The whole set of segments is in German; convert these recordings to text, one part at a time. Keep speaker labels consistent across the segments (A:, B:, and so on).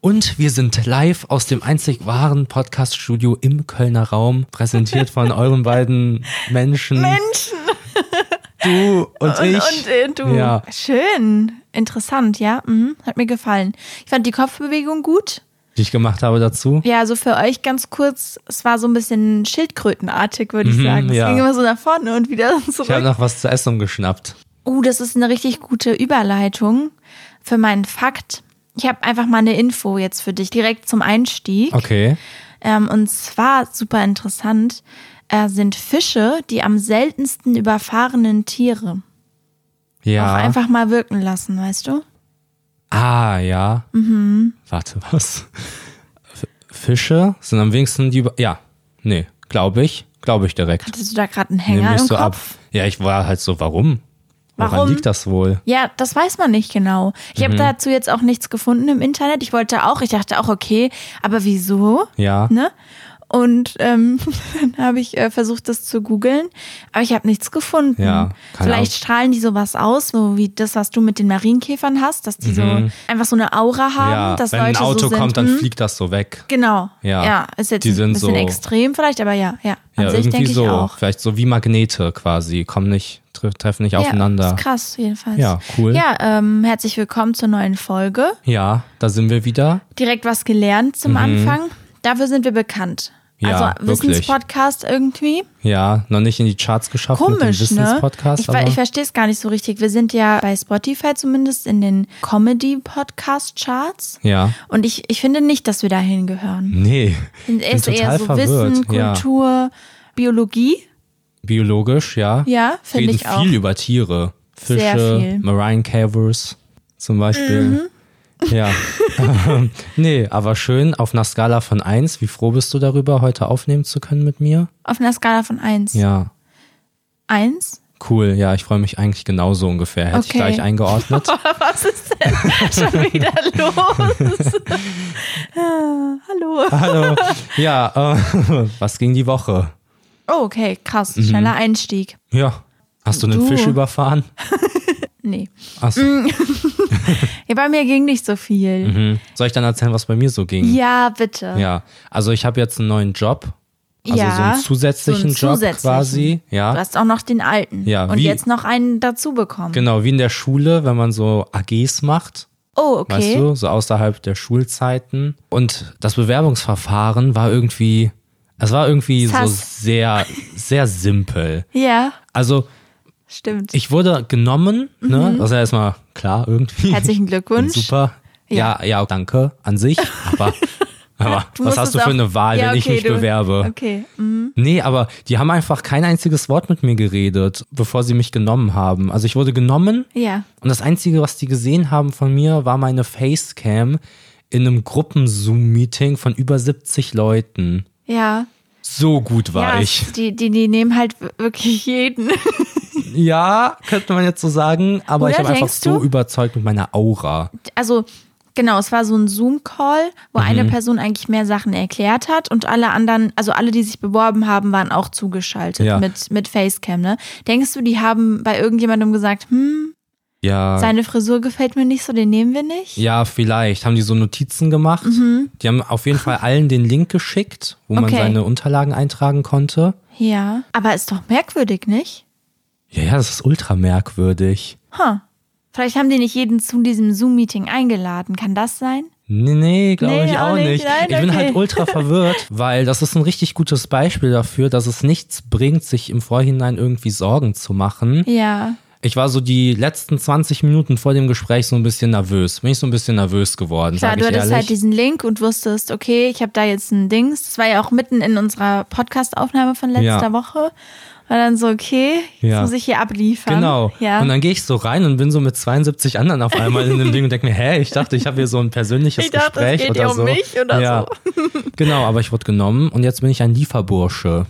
A: Und wir sind live aus dem einzig wahren Podcast-Studio im Kölner Raum, präsentiert von euren beiden Menschen.
B: Menschen!
A: Du und,
B: Und,
A: ich.
B: und äh, du.
A: Ja.
B: Schön. Interessant, ja. Mhm. Hat mir gefallen. Ich fand die Kopfbewegung gut.
A: Die ich gemacht habe dazu.
B: Ja, so für euch ganz kurz, es war so ein bisschen schildkrötenartig, würde ich
A: Mhm,
B: sagen. Es
A: ja.
B: ging immer so nach vorne und wieder
A: Ich habe
B: zurück.
A: noch was zu essen geschnappt.
B: Uh, das ist eine richtig gute Überleitung für meinen Fakt. Ich habe einfach mal eine Info jetzt für dich, direkt zum Einstieg.
A: Okay.
B: Ähm, und zwar super interessant äh, sind Fische die am seltensten überfahrenen Tiere.
A: Ja.
B: Auch einfach mal wirken lassen, weißt du?
A: Ah, ja.
B: Mhm.
A: Warte, was? F- Fische sind am wenigsten die über. Ja, nee, glaube ich. Glaube ich direkt.
B: Hattest du da gerade einen
A: Nehme
B: Hänger
A: ich
B: im
A: so ab.
B: Kopf?
A: Ja, ich war halt so, warum? Woran
B: Warum?
A: liegt das wohl?
B: Ja, das weiß man nicht genau. Ich
A: Mhm.
B: habe dazu jetzt auch nichts gefunden im Internet. Ich wollte auch, ich dachte auch, okay, aber wieso?
A: Ja.
B: Ne? Und ähm, dann habe ich äh, versucht, das zu googeln, aber ich habe nichts gefunden.
A: Ja, keine
B: Vielleicht strahlen die sowas aus, so wie das, was du mit den Marienkäfern hast, dass die so einfach so eine Aura haben,
A: Mhm. ja,
B: dass
A: wenn
B: Leute
A: ein Auto
B: so sind,
A: kommt, dann
B: hm,
A: fliegt das so weg.
B: Genau.
A: Ja,
B: ist jetzt
A: die
B: ein
A: sind
B: bisschen
A: so-
B: extrem vielleicht, aber ja, ja. An
A: Ja,
B: sich
A: irgendwie
B: denke
A: so.
B: Also ich auch.
A: Vielleicht so wie Magnete quasi. Kommen nicht, tre- treffen nicht
B: Ja,
A: aufeinander.
B: ist krass, jedenfalls.
A: Ja, cool.
B: Ja, ähm, herzlich willkommen zur neuen Folge.
A: Ja, da sind wir wieder.
B: Direkt was gelernt zum Anfang. Dafür sind wir bekannt.
A: Mhm. Ja,
B: also
A: wirklich.
B: Wissenspodcast irgendwie.
A: Ja, noch nicht in die Charts geschafft mit dem
B: Komisch, ne?
A: Wissenspodcast.
B: Ich, ver-
A: aber-
B: ich verstehe es gar nicht so richtig. Wir sind ja bei Spotify zumindest in den Comedy-Podcast-Charts.
A: ja.
B: Und ich, ich finde nicht, dass wir da hingehören.
A: Nee.
B: Sind
A: ich
B: erst
A: bin total
B: eher so
A: verwirrt.
B: Wissen,
A: ja.
B: Kultur, Biologie.
A: Biologisch, ja.
B: Ja, finde
A: Reden
B: ich auch.
A: viel über Tiere. Fische,
B: Sehr viel. Mhm.
A: Marine Cavers zum Beispiel. Ja. nee, aber schön auf einer Skala von 1. Wie froh bist du darüber, heute aufnehmen zu können mit mir?
B: Auf einer Skala von 1.
A: Ja.
B: Eins?
A: Cool, ja, ich freue mich eigentlich genauso ungefähr. Hätte ich
B: Okay.
A: gleich eingeordnet.
B: Was ist denn schon wieder los? Ah, Hallo.
A: Hallo. Ja, äh, was ging die Woche?
B: Oh, okay, krass.
A: Mhm.
B: Schneller Einstieg.
A: Ja. Hast du einen
B: Du. Mm.
A: Fisch überfahren?
B: Nee.
A: Achso.
B: Ja, bei mir ging nicht so viel.
A: Mhm. Soll ich dann erzählen, was bei mir so ging?
B: Ja, bitte.
A: Ja, also ich habe jetzt einen neuen Job. Also
B: Ja,
A: so einen zusätzlichen
B: so einen
A: Job
B: zusätzlichen.
A: quasi.
B: Du
A: Ja.
B: hast auch noch den alten.
A: Ja,
B: Und
A: wie-
B: jetzt noch einen dazu bekommen.
A: Genau, wie in der Schule, wenn man so AGs macht,
B: Oh, okay.
A: weißt du, so außerhalb der Schulzeiten. Und das Bewerbungsverfahren war irgendwie, es war irgendwie so
B: Sass.
A: sehr, sehr simpel.
B: Ja,
A: Also
B: stimmt.
A: ich wurde genommen, ne? Das ist ja erstmal klar irgendwie.
B: Mhm. Herzlichen Glückwunsch.
A: Bin Super. Ja, ja, danke an sich. Aber, aber
B: Du musst
A: was hast du
B: es
A: für
B: auch-
A: eine Wahl,
B: Ja,
A: wenn ich
B: okay,
A: mich
B: du-
A: bewerbe?
B: Okay. mhm.
A: Nee, aber die haben einfach kein einziges Wort mit mir geredet, bevor sie mich genommen haben. Also ich wurde genommen
B: Ja.
A: und das Einzige, was die gesehen haben von mir, war meine Facecam in einem Gruppen-Zoom-Meeting von über 70 Leuten.
B: Ja.
A: So gut war
B: ja,
A: ich.
B: Die, die, die nehmen halt w- wirklich jeden.
A: Ja, könnte man jetzt so sagen, aber
B: Oder
A: ich habe einfach
B: denkst
A: so
B: du-
A: überzeugt mit meiner Aura.
B: Also, genau, es war so ein Zoom-Call, wo eine
A: Mhm.
B: Person eigentlich mehr Sachen erklärt hat und alle anderen, also alle, die sich beworben haben, waren auch zugeschaltet
A: Ja.
B: mit, mit Facecam, ne? Denkst du, die haben bei irgendjemandem gesagt, hm,
A: Ja.
B: seine Frisur gefällt mir nicht so, den nehmen wir nicht?
A: Ah. Ja, vielleicht. Haben die so Notizen gemacht? Die haben auf jeden Fall allen den Link geschickt, wo man
B: Mhm. Okay.
A: seine Unterlagen eintragen konnte.
B: Ja. Aber ist doch merkwürdig, nicht?
A: Ja, ja, das ist ultra merkwürdig.
B: Huh. Vielleicht haben die nicht jeden zu diesem Zoom-Meeting eingeladen. Kann das sein?
A: Nee, nee, glaube
B: Nee,
A: ich
B: auch
A: auch nicht.
B: nicht. Nein,
A: ich bin
B: okay.
A: halt ultra verwirrt, weil das ist ein richtig gutes Beispiel dafür, dass es nichts bringt, sich im Vorhinein irgendwie Sorgen zu machen.
B: Ja.
A: Ich war so die letzten 20 Minuten vor dem Gespräch so ein bisschen nervös. Bin ich so ein bisschen nervös geworden,
B: Klar,
A: sage
B: du
A: ich
B: hattest
A: ehrlich.
B: halt diesen Link und wusstest, okay, ich habe da jetzt ein Dings. Das war ja auch mitten in unserer Podcast-Aufnahme von letzter
A: Ja.
B: Woche. War dann so, okay, jetzt
A: Ja.
B: muss ich hier abliefern.
A: Genau.
B: Ja.
A: Und dann gehe ich so rein und bin so mit 72 anderen auf einmal in dem Ding und denke mir, hä, ich dachte, ich habe hier so ein persönliches
B: Ich dachte, es
A: Gespräch
B: geht
A: oder
B: hier um
A: so.
B: mich oder
A: ja. genau, aber ich wurde genommen und jetzt bin ich ein Lieferbursche.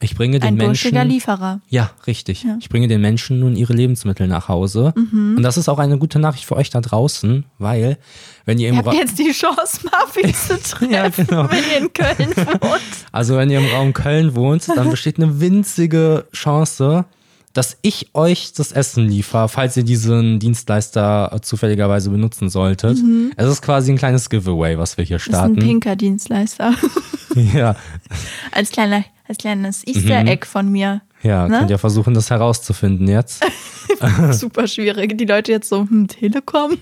A: Ich bringe den
B: Mhm. ein
A: Menschen.
B: burschiger Lieferer.
A: ja, richtig. Ich bringe den Menschen nun ihre Lebensmittel nach Hause.
B: Mhm.
A: Und das ist auch eine gute Nachricht für euch da draußen, weil wenn ihr im
B: Ihr habt
A: Ra-
B: jetzt die Chance, Marvin zu treffen,
A: Ja, genau.
B: wenn ihr in Köln wohnt.
A: also wenn ihr im Raum Köln wohnt, dann besteht eine winzige Chance, dass ich euch das Essen liefere, falls ihr diesen Dienstleister äh, zufälligerweise benutzen solltet. Es ist quasi ein kleines Giveaway, was wir hier
B: Mhm. Das ist ein
A: starten.
B: pinker Dienstleister.
A: Ja,
B: als, kleiner, als kleines Easter
A: Mhm.
B: Egg von mir.
A: ja
B: Ne?
A: könnt ihr versuchen, das herauszufinden jetzt.
B: Super schwierig. Die Leute jetzt so, hm, Telekom?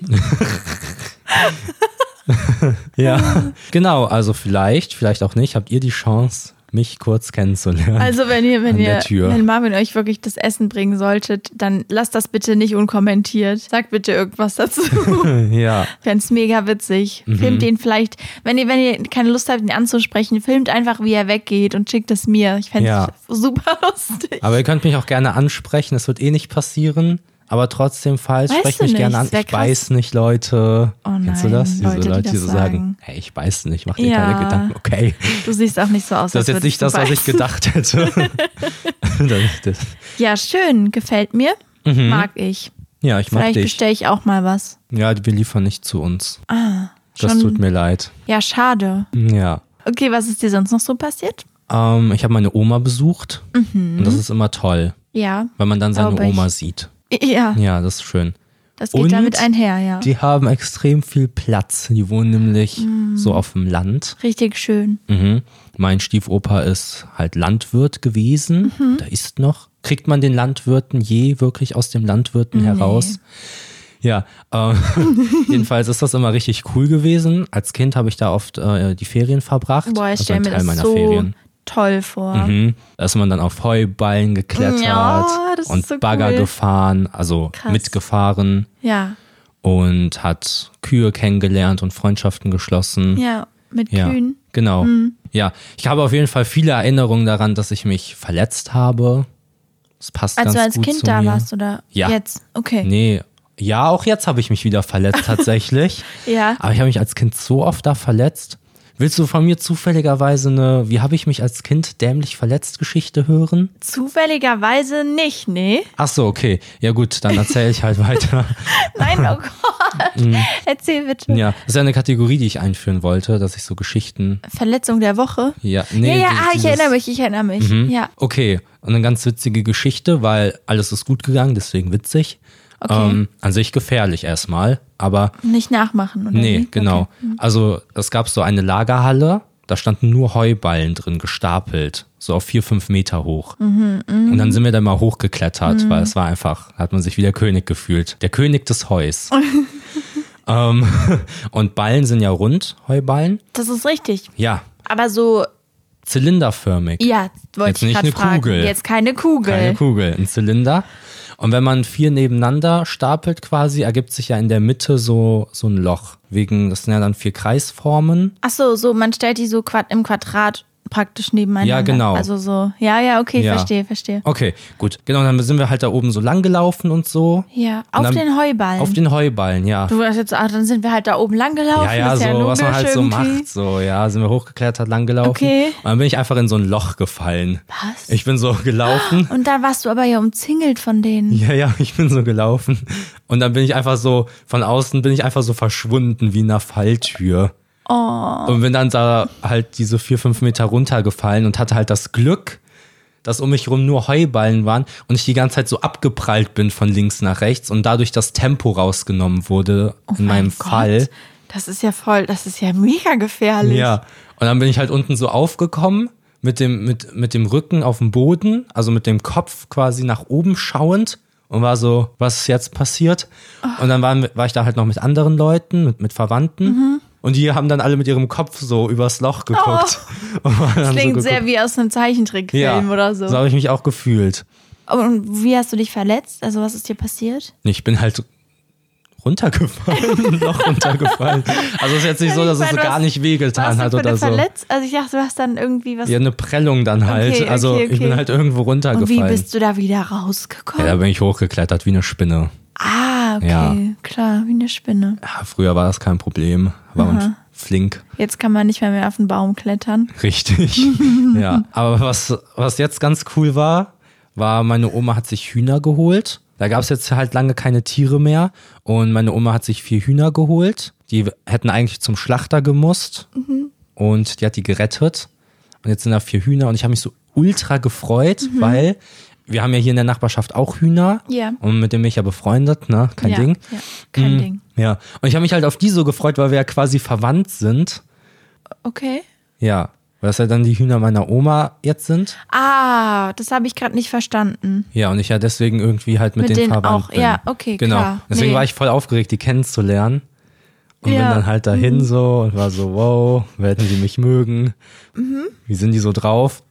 A: Ja, genau. Also vielleicht, vielleicht auch nicht, habt ihr die Chance, mich kurz kennenzulernen.
B: Also wenn ihr, wenn
A: An der
B: ihr,
A: Tür.
B: wenn Marvin euch wirklich das Essen bringen solltet, dann lasst das bitte nicht unkommentiert. Sagt bitte irgendwas dazu.
A: ja,
B: Fänd's mega witzig.
A: Mhm.
B: Filmt ihn vielleicht, wenn ihr, wenn ihr keine Lust habt, ihn anzusprechen, filmt einfach, wie er weggeht und schickt es mir. Ich fänd's
A: Ja. Ah.
B: super lustig.
A: aber ihr könnt mich auch gerne ansprechen. Es wird eh nicht passieren. Aber trotzdem, falls,
B: Weißt
A: sprecht
B: du
A: mich
B: nicht,
A: gerne an.
B: wär
A: Ich
B: krass.
A: weiß nicht, Leute.
B: Oh
A: Kennst du
B: nein,
A: das? Diese
B: Leute,
A: Leute,
B: die
A: die,
B: das
A: so sagen,
B: sagen.
A: hey, ich weiß nicht, mach dir
B: Ja.
A: keine Gedanken. Okay,
B: Du siehst auch nicht so aus,
A: das ist jetzt
B: als würdest
A: nicht das,
B: du
A: was ich
B: beißen.
A: gedacht hätte. das ist das.
B: Ja, schön. Gefällt mir. Mag ich.
A: Ja, ich Mhm. mag
B: Vielleicht
A: dich.
B: bestelle ich auch mal was.
A: Ja, die liefern nicht zu uns. das
B: Ah, schon-
A: tut mir leid.
B: Ja, schade.
A: Ja.
B: Okay, was ist dir sonst noch so passiert?
A: Ähm, ich habe meine Oma besucht.
B: Mhm.
A: Und das ist immer toll,
B: Ja.
A: wenn man dann seine
B: Glaube ich.
A: Oma sieht.
B: Ja,
A: Ja, das ist schön.
B: das geht
A: Und
B: damit einher, ja.
A: Die haben extrem viel Platz. Die wohnen nämlich
B: Mhm.
A: so auf dem Land.
B: Richtig schön.
A: Mhm. Mein Stiefopa ist halt Landwirt gewesen.
B: Mhm.
A: Da ist noch. Kriegt man den Landwirten je wirklich aus dem Landwirten heraus? Ja, ähm, jedenfalls ist das immer richtig cool gewesen. Als Kind habe ich da oft äh, die Ferien verbracht.
B: Boah, ich
A: also
B: stelle
A: einen
B: mir
A: Teil
B: das
A: meiner
B: so
A: Ferien.
B: toll vor.
A: Mhm. Da ist man dann auf Heuballen geklettert
B: Ja, das ist
A: und
B: so
A: Bagger
B: cool.
A: gefahren, also
B: Krass.
A: mitgefahren
B: Ja,
A: und hat Kühe kennengelernt und Freundschaften geschlossen.
B: ja, mit
A: Ja,
B: Kühen. Mhm.
A: genau. Ja, ich habe auf jeden Fall viele Erinnerungen daran, dass ich mich verletzt habe. Das passt
B: Als
A: ganz
B: du als
A: gut zu
B: Kind da
A: mir.
B: warst oder
A: Ja.
B: jetzt? Okay.
A: Nee, ja, auch jetzt habe ich mich wieder verletzt tatsächlich.
B: Ja.
A: Aber ich habe mich als Kind so oft da verletzt. Willst du von mir zufälligerweise eine, wie habe ich mich als Kind dämlich verletzt Geschichte hören?
B: Zufälligerweise nicht, nee.
A: Ach so, okay. Ja gut, dann erzähle ich halt weiter.
B: Nein, oh Gott. Erzähl bitte.
A: Mhm. Ja, das ist ja eine Kategorie, die ich einführen wollte, dass ich so Geschichten.
B: Verletzung der Woche?
A: Ja, nee,
B: ja, ja,
A: dieses-
B: ah, ich
A: dieses- Mhm.
B: erinnere mich, ich erinnere mich. Ja,
A: Okay, und eine ganz witzige Geschichte, weil alles ist gut gegangen, deswegen witzig.
B: Okay.
A: Ähm, an sich gefährlich erstmal, aber
B: nicht nachmachen, oder?
A: nee,
B: wie?
A: genau.
B: Mhm.
A: Also es gab so eine Lagerhalle, da standen nur Heuballen drin gestapelt, so auf vier, fünf Meter hoch.
B: Mhm,
A: Und dann sind wir da mal hochgeklettert, weil es war einfach, da hat man sich wie der König gefühlt. Der König des Heus. ähm, und Ballen sind ja rund, Heuballen.
B: Das ist richtig.
A: Ja,
B: Aber so,
A: zylinderförmig.
B: ja,
A: Jetzt
B: wollte ich
A: nicht
B: gerade
A: eine
B: fragen.
A: Kugel.
B: Jetzt keine Kugel.
A: Keine Kugel, ein Zylinder. Und wenn man vier nebeneinander stapelt quasi, ergibt sich ja in der Mitte so, so ein Loch. Wegen, das sind ja dann vier Kreisformen.
B: Ach so, so man stellt die so quad im Quadrat praktisch nebeneinander.
A: Ja, genau.
B: Also so, ja, ja, okay,
A: Ja.
B: verstehe, verstehe.
A: Okay, gut. Genau, dann sind wir halt da oben so lang gelaufen und so.
B: Ja,
A: Und
B: auf
A: dann-
B: den Heuballen.
A: Auf den Heuballen, ja.
B: du warst jetzt, ach, dann sind wir halt da oben lang gelaufen.
A: ja, ja,
B: ist
A: so,
B: ja
A: was man
B: logisch
A: halt so
B: irgendwie.
A: macht. So, ja, sind wir hochgeklettert, lang gelaufen.
B: Okay.
A: Und dann bin ich einfach in so ein Loch gefallen.
B: Was?
A: Ich bin so gelaufen.
B: Und dann warst du aber ja umzingelt von denen.
A: Ja, ja, ich bin so gelaufen. Und dann bin ich einfach so, von außen bin ich einfach so verschwunden wie in einer Falltür. Und bin dann da halt diese vier, fünf Meter runtergefallen und hatte halt das Glück, dass um mich rum nur Heuballen waren und ich die ganze Zeit so abgeprallt bin von links nach rechts und dadurch das Tempo rausgenommen wurde in meinem
B: Oh Gott,
A: Fall.
B: Das ist ja voll, das ist ja mega gefährlich.
A: Ja. Und dann bin ich halt unten so aufgekommen mit dem, mit, mit dem Rücken auf dem Boden, also mit dem Kopf quasi nach oben schauend und war so, was ist jetzt passiert? Und dann waren, wir- war ich da halt noch mit anderen Leuten, mit, mit Verwandten.
B: Mhm.
A: Und die haben dann alle mit ihrem Kopf so übers Loch geguckt. Und waren dann
B: Oh. Das
A: so
B: klingt sehr
A: geguckt.
B: wie aus einem Zeichentrickfilm oder so.
A: So habe ich mich auch gefühlt.
B: Und wie hast du dich verletzt? Also was ist dir passiert?
A: Nee, Ich bin halt runtergefallen, noch runtergefallen. Also es ist jetzt nicht so,
B: Ich
A: dass es
B: meine,
A: so gar
B: was-
A: nicht wehgetan
B: Warst
A: hat
B: du für
A: oder
B: eine
A: so.
B: verletzt? Also ich dachte, du hast dann irgendwie was.
A: Ja, eine Prellung dann halt.
B: Okay,
A: also
B: okay,
A: ich bin
B: okay.
A: halt irgendwo
B: und wie
A: runtergefallen.
B: bist du da wieder
A: ja,
B: rausgekommen?
A: da bin ich hochgeklettert wie eine Spinne.
B: Ah, okay,
A: Ja.
B: klar, wie eine Spinne.
A: Ja, früher war das kein Problem. War man flink.
B: Jetzt kann man nicht mehr, mehr auf den Baum klettern.
A: Richtig. ja. Aber was, was jetzt ganz cool war, war, meine Oma hat sich Hühner geholt. Da gab es jetzt halt lange keine Tiere mehr. Und meine Oma hat sich vier Hühner geholt. Die hätten eigentlich zum Schlachter gemusst.
B: Mhm.
A: Und die hat die gerettet. Und jetzt sind da vier Hühner. Und ich habe mich so ultra gefreut, weil wir haben ja hier in der Nachbarschaft auch Hühner.
B: Mhm. Ja.
A: Und mit dem bin ich ja befreundet, ne? Kein
B: ja,
A: Ding.
B: Ja. Kein
A: Mm,
B: Ding.
A: Ja. Und ich habe mich halt auf die so gefreut, weil wir ja quasi verwandt sind.
B: Okay.
A: Ja. Weil das ja dann die Hühner meiner Oma jetzt sind.
B: Ah, das habe ich gerade nicht verstanden.
A: Ja, und ich ja deswegen irgendwie halt mit,
B: Mit
A: denen
B: denen
A: verwandt
B: auch.
A: bin.
B: Ja, okay,
A: Genau.
B: klar.
A: Deswegen
B: Nee.
A: war ich voll aufgeregt, die kennenzulernen. Und bin
B: Ja. Mhm.
A: dann halt dahin so und war so, wow, werden die mich mögen?
B: Mhm.
A: Wie sind die so drauf?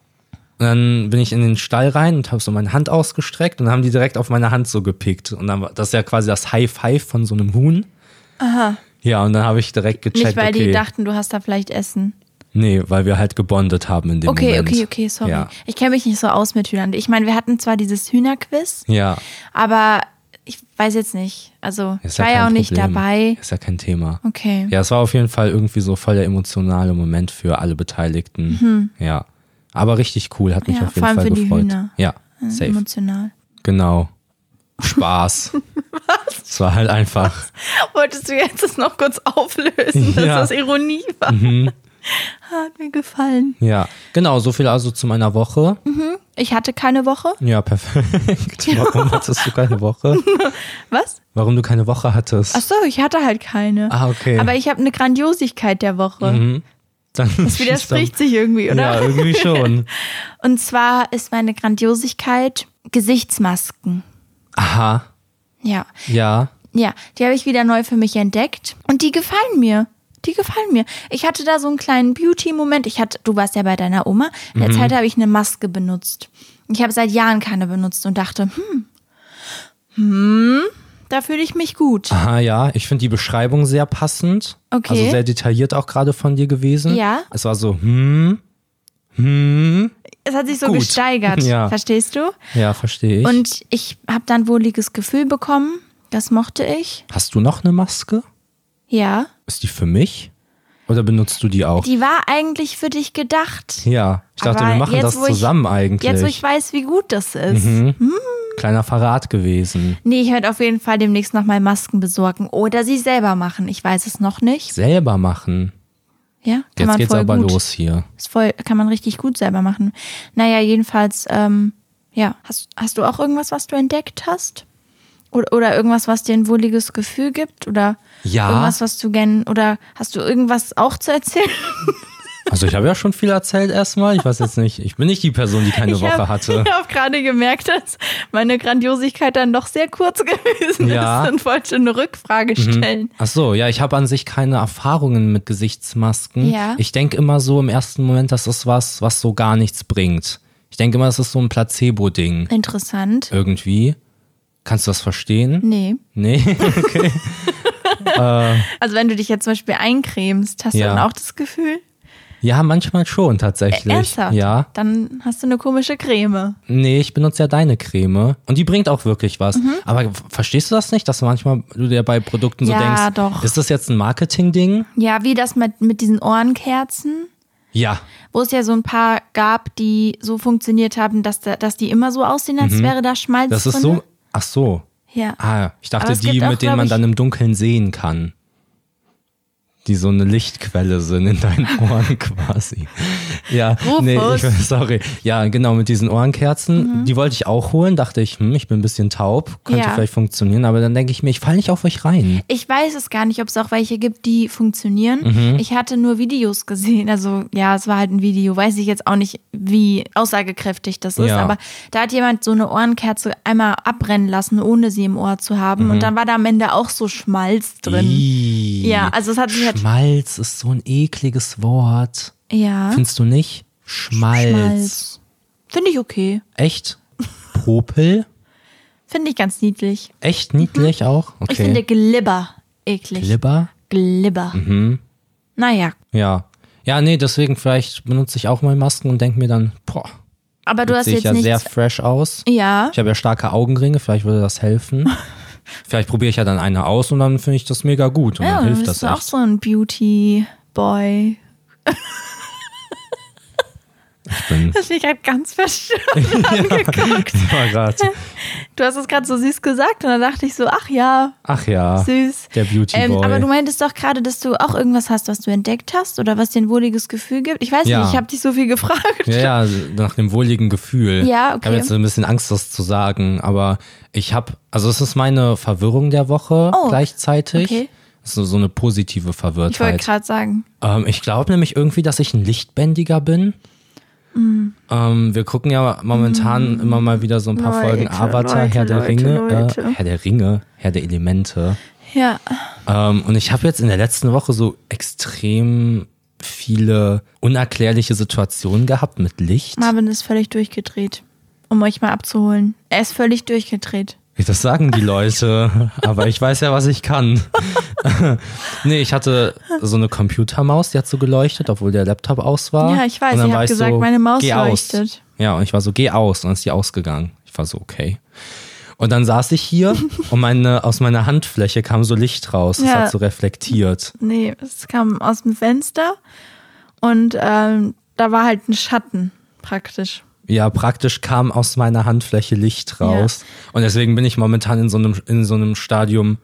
A: Und dann bin ich in den Stall rein und habe so meine Hand ausgestreckt und dann haben die direkt auf meine Hand so gepickt. Und dann war das ist ja quasi das High Five von so einem Huhn. Aha. Ja, und dann habe ich direkt gecheckt,
B: nicht, weil
A: okay.
B: die dachten, du hast da vielleicht Essen.
A: nee, weil wir halt gebondet haben in dem
B: Okay,
A: Moment.
B: okay, okay, sorry.
A: Ja.
B: Ich kenne mich nicht so aus mit Hühnern. Ich meine, wir hatten zwar dieses Hühnerquiz,
A: ja.
B: aber ich weiß jetzt nicht. Also,
A: Ist
B: ich war ja
A: kein
B: auch nicht
A: Problem.
B: dabei.
A: Ist ja kein Thema.
B: Okay.
A: Ja, es war auf jeden Fall irgendwie so voll der emotionale Moment für alle Beteiligten. Ja. Aber richtig cool, hat mich
B: Mhm. Ja,
A: auf jeden
B: vor allem
A: Fall
B: für die
A: gefreut.
B: Hühner.
A: Ja,
B: Äh,
A: safe.
B: Emotional.
A: Genau. Spaß. Was? Es war halt einfach.
B: Wolltest du jetzt das noch kurz auflösen, dass
A: Ja. Mhm.
B: das Ironie war? Hat mir gefallen.
A: Ja. Genau, so viel also zu meiner Woche.
B: Mhm. Ich hatte keine Woche.
A: Ja, perfekt. Genau. Warum hattest du keine Woche?
B: Was?
A: Warum du keine Woche hattest?
B: Ach so, ich hatte halt keine.
A: Ah, okay. Mhm.
B: Aber ich habe eine Grandiosigkeit der Woche.
A: Dann
B: Das widerspricht sich irgendwie, oder?
A: Ja, irgendwie schon.
B: Und zwar ist meine Grandiosigkeit Gesichtsmasken.
A: Aha.
B: Ja,
A: Ja.
B: ja, die habe ich wieder neu für mich entdeckt und die gefallen mir. Die gefallen mir. Ich hatte da so einen kleinen Beauty-Moment. Ich hatte, du warst ja bei deiner Oma. In
A: Mhm.
B: der Zeit habe ich eine Maske benutzt. Ich habe seit Jahren keine benutzt und dachte, hm, hm, da fühle ich mich gut.
A: Aha, ja. Ich finde die Beschreibung sehr passend.
B: Okay.
A: Also sehr detailliert auch gerade von dir gewesen.
B: Ja.
A: Es war so, hm, hm.
B: Es hat sich so
A: Gut.
B: gesteigert,
A: Ja.
B: verstehst du?
A: Ja, verstehe ich.
B: Und ich habe dann wohliges Gefühl bekommen. Das mochte ich.
A: Hast du noch eine Maske?
B: Ja.
A: Ist die für mich? Oder benutzt du die auch?
B: Die war eigentlich für dich gedacht.
A: ja. Ich dachte,
B: Aber
A: wir machen
B: jetzt,
A: das
B: wo ich-
A: zusammen eigentlich.
B: Jetzt, wo ich weiß, wie gut das ist.
A: Mhm. Kleiner Verrat gewesen.
B: Nee, ich werde auf jeden Fall demnächst nochmal Masken besorgen oder sie selber machen. Ich weiß es noch nicht.
A: Selber machen.
B: Ja, kann
A: Jetzt
B: man
A: geht's
B: voll
A: aber
B: gut.
A: los hier.
B: Ist voll, kann man richtig gut selber machen. Naja, jedenfalls, ähm, ja. Hast, hast du auch irgendwas, was du entdeckt hast? Oder, oder irgendwas, was dir ein wohliges Gefühl gibt? Oder
A: Ja.
B: irgendwas, was du gern, oder hast du irgendwas auch zu erzählen?
A: Also ich habe ja schon viel erzählt erstmal. Ich weiß jetzt nicht. Ich bin nicht die Person, die keine
B: ich
A: Woche
B: hab-
A: hatte.
B: Ich habe gerade gemerkt, dass meine Grandiosigkeit dann doch sehr kurz gewesen
A: Ja. Mhm.
B: ist und wollte eine Rückfrage stellen.
A: Ach so, ja, ich habe an sich keine Erfahrungen mit Gesichtsmasken.
B: Ja.
A: Ich denke immer so im ersten Moment, das ist was, was so gar nichts bringt. Ich denke immer, das ist so ein Placebo-Ding
B: Interessant.
A: irgendwie. Kannst du das verstehen?
B: Nee.
A: Nee.
B: Also wenn du dich jetzt zum Beispiel eincremst, hast
A: Ja.
B: du dann auch das Gefühl?
A: ja, manchmal schon tatsächlich.
B: Äh, Ernsthaft?
A: Ja.
B: Dann hast du eine komische Creme.
A: Nee, ich benutze ja deine Creme. Und die bringt auch wirklich was.
B: Mhm.
A: Aber f- verstehst du das nicht, dass manchmal du dir bei Produkten so
B: Ja,
A: denkst,
B: doch.
A: ist das jetzt ein Marketing-Ding?
B: Ja, wie das mit, mit diesen Ohrenkerzen,
A: Ja.
B: wo es ja so ein paar gab, die so funktioniert haben, dass, da, dass die immer so aussehen, als wäre da Schmalz
A: Mhm. Das ist
B: drin.
A: so. Ach so.
B: Ja.
A: Ah, ich
B: Aber
A: dachte
B: es
A: die,
B: gibt auch,
A: mit denen
B: glaub
A: man
B: ich-
A: dann im Dunkeln sehen kann. Die so eine Lichtquelle sind in deinen Ohren quasi. Ja, nee, ich,
B: Rufus.
A: sorry. Ja, genau, mit diesen Ohrenkerzen. Die wollte ich auch holen. Dachte ich, hm, ich bin ein bisschen taub, könnte
B: Mhm. Ja.
A: vielleicht funktionieren. Aber dann denke ich mir, ich falle nicht auf euch rein.
B: Ich weiß es gar nicht, ob es auch welche gibt, die funktionieren.
A: Mhm.
B: Ich hatte nur Videos gesehen. Also ja, es war halt ein Video. Weiß ich jetzt auch nicht, wie aussagekräftig das ist.
A: Ja.
B: Aber da hat jemand so eine Ohrenkerze einmal abbrennen lassen, ohne sie im Ohr zu haben. Und dann war da am Ende auch so Schmalz drin.
A: Mhm. Ih,
B: Ja, also es hat sich halt-
A: Schmalz ist so ein ekliges Wort.
B: Ja.
A: Findest du nicht? Schmalz.
B: Schmalz. Finde ich okay.
A: Echt? Popel?
B: Finde ich ganz niedlich.
A: Echt niedlich auch? Okay.
B: Mhm. Ich finde Glibber eklig.
A: Glibber?
B: Glibber.
A: Mhm.
B: Naja.
A: Ja. Ja, nee, deswegen vielleicht benutze ich auch mal Masken und denke mir dann, boah,
B: Aber du hast
A: sehe ich
B: jetzt
A: ja
B: nichts.
A: sehr fresh aus.
B: ja.
A: Ich habe ja starke Augenringe, vielleicht würde das helfen. vielleicht probiere ich ja dann eine aus und dann finde ich das mega gut und
B: Ja,
A: dann
B: dann
A: hilft
B: bist
A: das
B: du auch
A: echt.
B: so ein Beauty Boy.
A: Ich bin.
B: Das ich halt ganz verstört angeguckt.
A: Das war grad,
B: Du hast es gerade so süß gesagt und dann dachte ich so, ach ja,
A: ach ja,
B: süß.
A: der Beauty
B: Ähm,
A: Boy.
B: aber du meintest doch gerade, dass du auch irgendwas hast, was du entdeckt hast oder was dir ein wohliges Gefühl gibt. Ich weiß
A: Ja.
B: nicht, ich habe dich so viel gefragt.
A: ja, ja, also nach dem wohligen Gefühl.
B: Ja,
A: Ich habe
B: okay.
A: jetzt so ein bisschen Angst, das zu sagen, aber ich habe, also es ist meine Verwirrung der Woche
B: Oh,
A: gleichzeitig.
B: okay.
A: Das ist so eine positive
B: Ich wollte
A: Verwirrtheit.
B: gerade sagen.
A: Ähm, ich glaube nämlich irgendwie, dass ich ein Lichtbändiger bin.
B: Mm.
A: Ähm, wir gucken ja momentan immer mal wieder so ein paar
B: Leute,
A: Folgen Avatar,
B: Leute,
A: Herr der
B: Leute,
A: Ringe,
B: Leute.
A: Äh, Herr der Ringe, Herr der Elemente.
B: Ja,
A: Ähm, und ich habe jetzt in der letzten Woche so extrem viele unerklärliche Situationen gehabt mit Licht.
B: Marvin ist völlig durchgedreht, um euch mal abzuholen. Er ist völlig durchgedreht.
A: Das sagen die Leute, aber ich weiß ja, was ich kann. nee, ich hatte so eine Computermaus, die hat so geleuchtet, obwohl der Laptop aus war.
B: Ja, ich weiß,
A: Und dann
B: ihr
A: war
B: habt gesagt, meine Maus
A: geh Aus.
B: leuchtet.
A: Ja, und ich war so, geh aus. Und dann ist die ausgegangen. Ich war so, okay. Und dann saß ich hier und meine, aus meiner Handfläche kam so Licht raus. Das
B: Ja.
A: hat so reflektiert.
B: Nee, es kam aus dem Fenster und ähm, da war halt ein Schatten praktisch.
A: Ja, praktisch kam aus meiner Handfläche Licht raus. Und deswegen bin ich momentan in so einem, in so einem Stadium.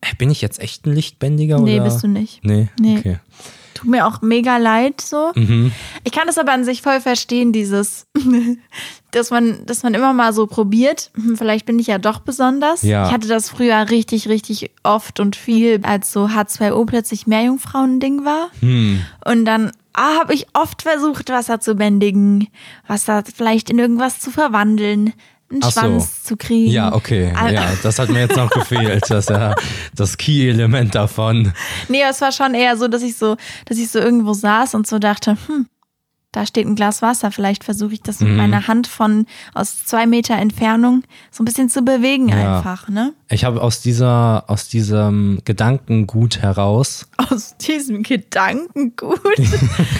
A: Äh, Bin ich jetzt echt ein Lichtbändiger?
B: Nee,
A: oder?
B: bist du nicht.
A: Nee?
B: Nee.
A: Okay.
B: Tut mir auch mega leid so.
A: Mhm.
B: Ich kann das aber an sich voll verstehen, dieses, dass man, dass man immer mal so probiert, hm, vielleicht bin ich ja doch besonders.
A: Ja.
B: Ich hatte das früher richtig, richtig oft und viel, als so H2O plötzlich Meerjungfrauen-Ding war.
A: Hm.
B: Und dann ah, habe ich oft versucht, Wasser zu bändigen, Wasser vielleicht in irgendwas zu verwandeln, einen
A: Ach so.
B: Schwanz zu kriegen.
A: Ja, okay.
B: Al-
A: Ja, das hat mir jetzt noch gefehlt. Das, ja, das Key-Element davon.
B: Nee, aber es war schon eher so, dass ich so, dass ich so irgendwo saß und so dachte, hm, da steht ein Glas Wasser, vielleicht versuche ich das mit
A: Mhm.
B: meiner Hand von aus zwei Meter Entfernung so ein bisschen zu bewegen
A: Ja.
B: einfach, ne?
A: Ich habe aus dieser, aus diesem Gedankengut heraus,
B: Aus diesem Gedankengut.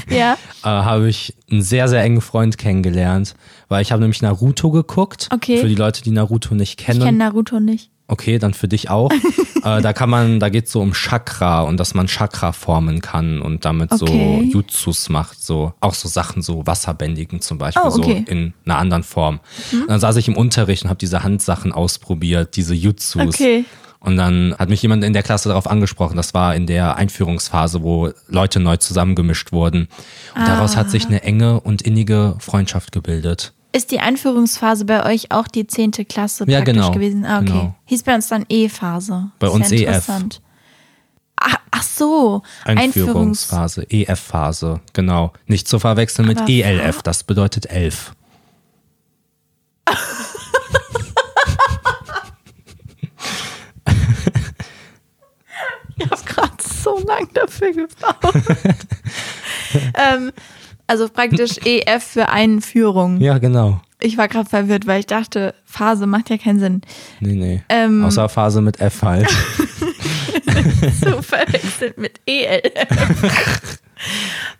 B: ja.
A: äh, habe ich einen sehr, sehr engen Freund kennengelernt. Weil ich habe nämlich Naruto geguckt.
B: Okay.
A: Für die Leute, die Naruto nicht
B: Ich
A: kennen.
B: kenne Naruto nicht.
A: Okay, dann für dich auch. äh, da kann man, da geht's so um Chakra und dass man Chakra formen kann und damit
B: Okay.
A: so Jutsus macht, so auch so Sachen, so Wasserbändigen zum Beispiel,
B: Oh, okay. Mhm.
A: so in einer anderen Form. Und dann saß ich im Unterricht und habe diese Handsachen ausprobiert, diese Jutsus.
B: Okay.
A: Und dann hat mich jemand in der Klasse darauf angesprochen. Das war in der Einführungsphase, wo Leute neu zusammengemischt wurden. Und daraus hat
B: Ah.
A: sich eine enge und innige Freundschaft gebildet.
B: Ist die Einführungsphase bei euch auch die zehnte Klasse
A: Ja,
B: praktisch
A: genau.
B: gewesen? Ah, okay.
A: Genau.
B: Hieß bei uns dann E-Phase.
A: Bei
B: Ist
A: uns E EF.
B: ja interessant. Ach, ach so, Einführungs-
A: Einführungsphase, EF-Phase, genau. Nicht zu verwechseln mit
B: Aber
A: ELF, das bedeutet elf.
B: Ich habe gerade so lang dafür gebraucht. ähm, also praktisch EF für Einführung.
A: Ja, genau.
B: Ich war gerade verwirrt, weil ich dachte, Phase macht ja keinen Sinn.
A: Nee, nee.
B: Ähm.
A: Außer Phase mit F halt.
B: So verwechselt mit E ELF.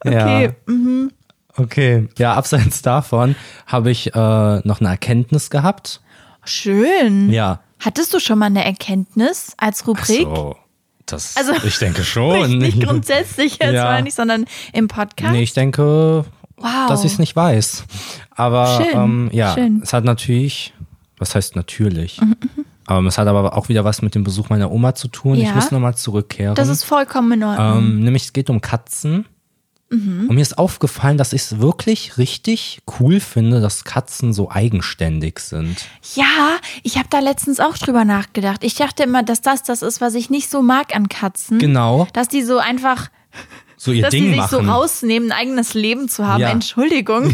A: Ja. Ah.
B: Okay.
A: Okay. Ja, abseits davon habe ich äh, noch eine Erkenntnis gehabt.
B: Schön.
A: Ja.
B: Hattest du schon mal eine Erkenntnis als Rubrik?
A: So, Oh, das,
B: Also,
A: ich denke
B: Nicht,
A: schon.
B: nicht grundsätzlich jetzt,
A: Ja.
B: meine ich, sondern im Podcast.
A: Nee, ich denke,
B: Wow.
A: dass ich es nicht weiß. Aber
B: Schön,
A: ähm, ja,
B: schön. Mhm,
A: es hat natürlich, was heißt natürlich? Ähm, es hat aber auch wieder was mit dem Besuch meiner Oma zu tun. Ich
B: Ja.
A: muss nochmal zurückkehren.
B: das ist mhm. vollkommen in Ordnung.
A: ähm, nämlich es geht um Katzen.
B: Mhm.
A: Und mir ist aufgefallen, dass ich es wirklich richtig cool finde, dass Katzen so eigenständig sind.
B: Mhm. Ja, ich habe da letztens auch drüber nachgedacht. Ich dachte immer, dass das das ist, was ich nicht so mag an Katzen.
A: Genau,
B: Dass die so einfach
A: so ihr
B: dass
A: Ding
B: die sich so
A: machen.
B: rausnehmen, ein eigenes Leben zu haben.
A: Ja.
B: Entschuldigung.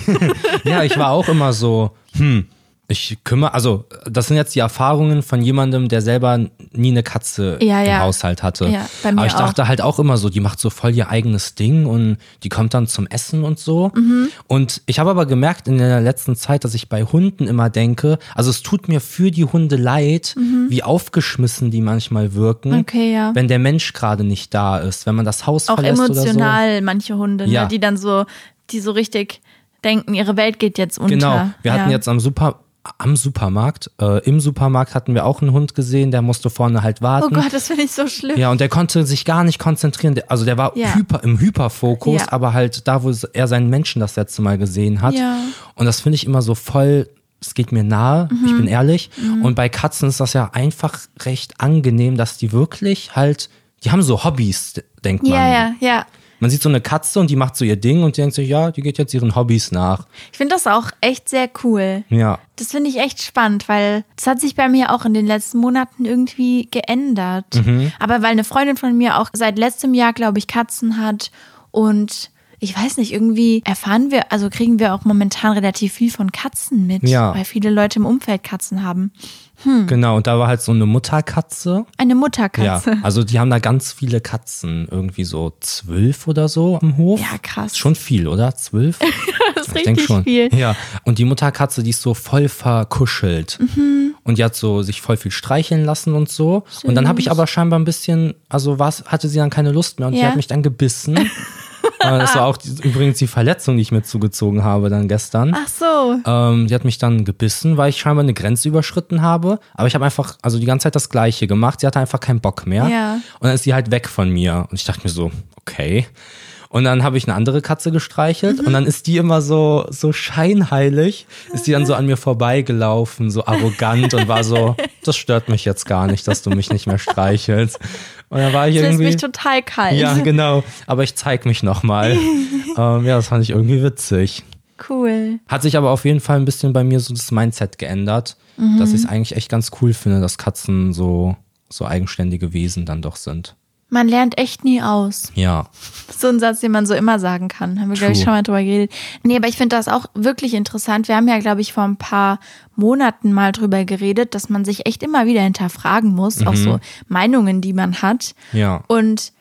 A: Ja, ich war auch immer so, hm, ich kümmere, also das sind jetzt die Erfahrungen von jemandem, der selber nie eine Katze
B: Ja,
A: im
B: ja.
A: Haushalt hatte.
B: Ja, bei mir
A: Aber ich
B: auch.
A: dachte halt auch immer so, die macht so voll ihr eigenes Ding und die kommt dann zum Essen und so.
B: Mhm.
A: Und ich habe aber gemerkt in der letzten Zeit, dass ich bei Hunden immer denke, also es tut mir für die Hunde leid, wie aufgeschmissen die manchmal wirken,
B: Mhm. Okay, ja.
A: wenn der Mensch gerade nicht da ist, wenn man das Haus
B: Auch
A: verlässt oder so.
B: emotional manche Hunde,
A: Ja.
B: ne, die dann so, die so richtig denken, ihre Welt geht jetzt unter.
A: Genau. Wir hatten
B: ja.
A: jetzt am Super am Supermarkt. Äh, Im Supermarkt hatten wir auch einen Hund gesehen, der musste vorne halt
B: Oh
A: warten.
B: Gott, das finde ich so schlimm.
A: Ja, und der konnte sich gar nicht konzentrieren. Der- Also der war
B: Ja.
A: hyper, im Hyperfokus,
B: Ja.
A: aber halt da, wo es- er seinen Menschen das letzte Mal gesehen hat.
B: Ja.
A: Und das finde ich immer so voll, es geht mir nahe,
B: Mhm.
A: ich bin ehrlich. Und bei Katzen ist das ja einfach recht angenehm, dass die wirklich halt, die haben so Hobbys, denkt man.
B: Ja, ja, ja.
A: Man sieht so eine Katze und die macht so ihr Ding und die denkt sich, ja, die geht jetzt ihren Hobbys nach.
B: Ich finde das auch echt sehr cool.
A: Ja.
B: Das finde ich echt spannend, weil das hat sich bei mir auch in den letzten Monaten irgendwie geändert.
A: Mhm.
B: Aber weil eine Freundin von mir auch seit letztem Jahr, glaube ich, Katzen hat und ich weiß nicht, irgendwie erfahren wir, also kriegen wir auch momentan relativ viel von Katzen mit,
A: Ja.
B: weil viele Leute im Umfeld Katzen haben. Mhm.
A: Genau, und da war halt so eine Mutterkatze.
B: Eine Mutterkatze.
A: Ja, also die haben da ganz viele Katzen, irgendwie so zwölf oder so am Hof.
B: Ja, krass.
A: Schon viel, oder? Zwölf?
B: das ist
A: Ich denk
B: richtig viel.
A: Ja, und die Mutterkatze, die ist so voll verkuschelt.
B: Mhm.
A: Und die hat so sich voll viel streicheln lassen und so. Und dann habe ich aber scheinbar ein bisschen, also was, hatte sie dann keine Lust mehr und die
B: Ja.
A: hat mich dann gebissen. Äh, das war auch die, übrigens die Verletzung, die ich mir zugezogen habe dann gestern.
B: Ach so.
A: Ähm, die hat mich dann gebissen, weil ich scheinbar eine Grenze überschritten habe. Aber ich habe einfach, also die ganze Zeit das Gleiche gemacht. Sie hatte einfach keinen Bock mehr.
B: Ja.
A: Und dann ist sie halt weg von mir. Und ich dachte mir so, okay. Und dann habe ich eine andere Katze gestreichelt
B: Mhm.
A: und dann ist die immer so, so scheinheilig, ist die dann so an mir vorbeigelaufen, so arrogant und war so, das stört mich jetzt gar nicht, dass du mich nicht mehr streichelst. Und dann war ich
B: Das lässt
A: irgendwie.
B: mich total kalt.
A: ja, genau. Aber ich zeig mich nochmal. ähm, ja, das fand ich irgendwie witzig.
B: Cool.
A: Hat sich aber auf jeden Fall ein bisschen bei mir so das Mindset geändert,
B: Mhm.
A: dass ich es eigentlich echt ganz cool finde, dass Katzen so, so eigenständige Wesen dann doch sind.
B: Man lernt echt nie aus.
A: Ja.
B: So ein Satz, den man so immer sagen kann. Haben wir, glaube ich,
A: True.
B: schon mal drüber geredet. Nee, aber ich finde das auch wirklich interessant. Wir haben ja, glaube ich, vor ein paar Monaten mal drüber geredet, dass man sich echt immer wieder hinterfragen muss, auch so Meinungen, die man hat.
A: Ja.
B: Und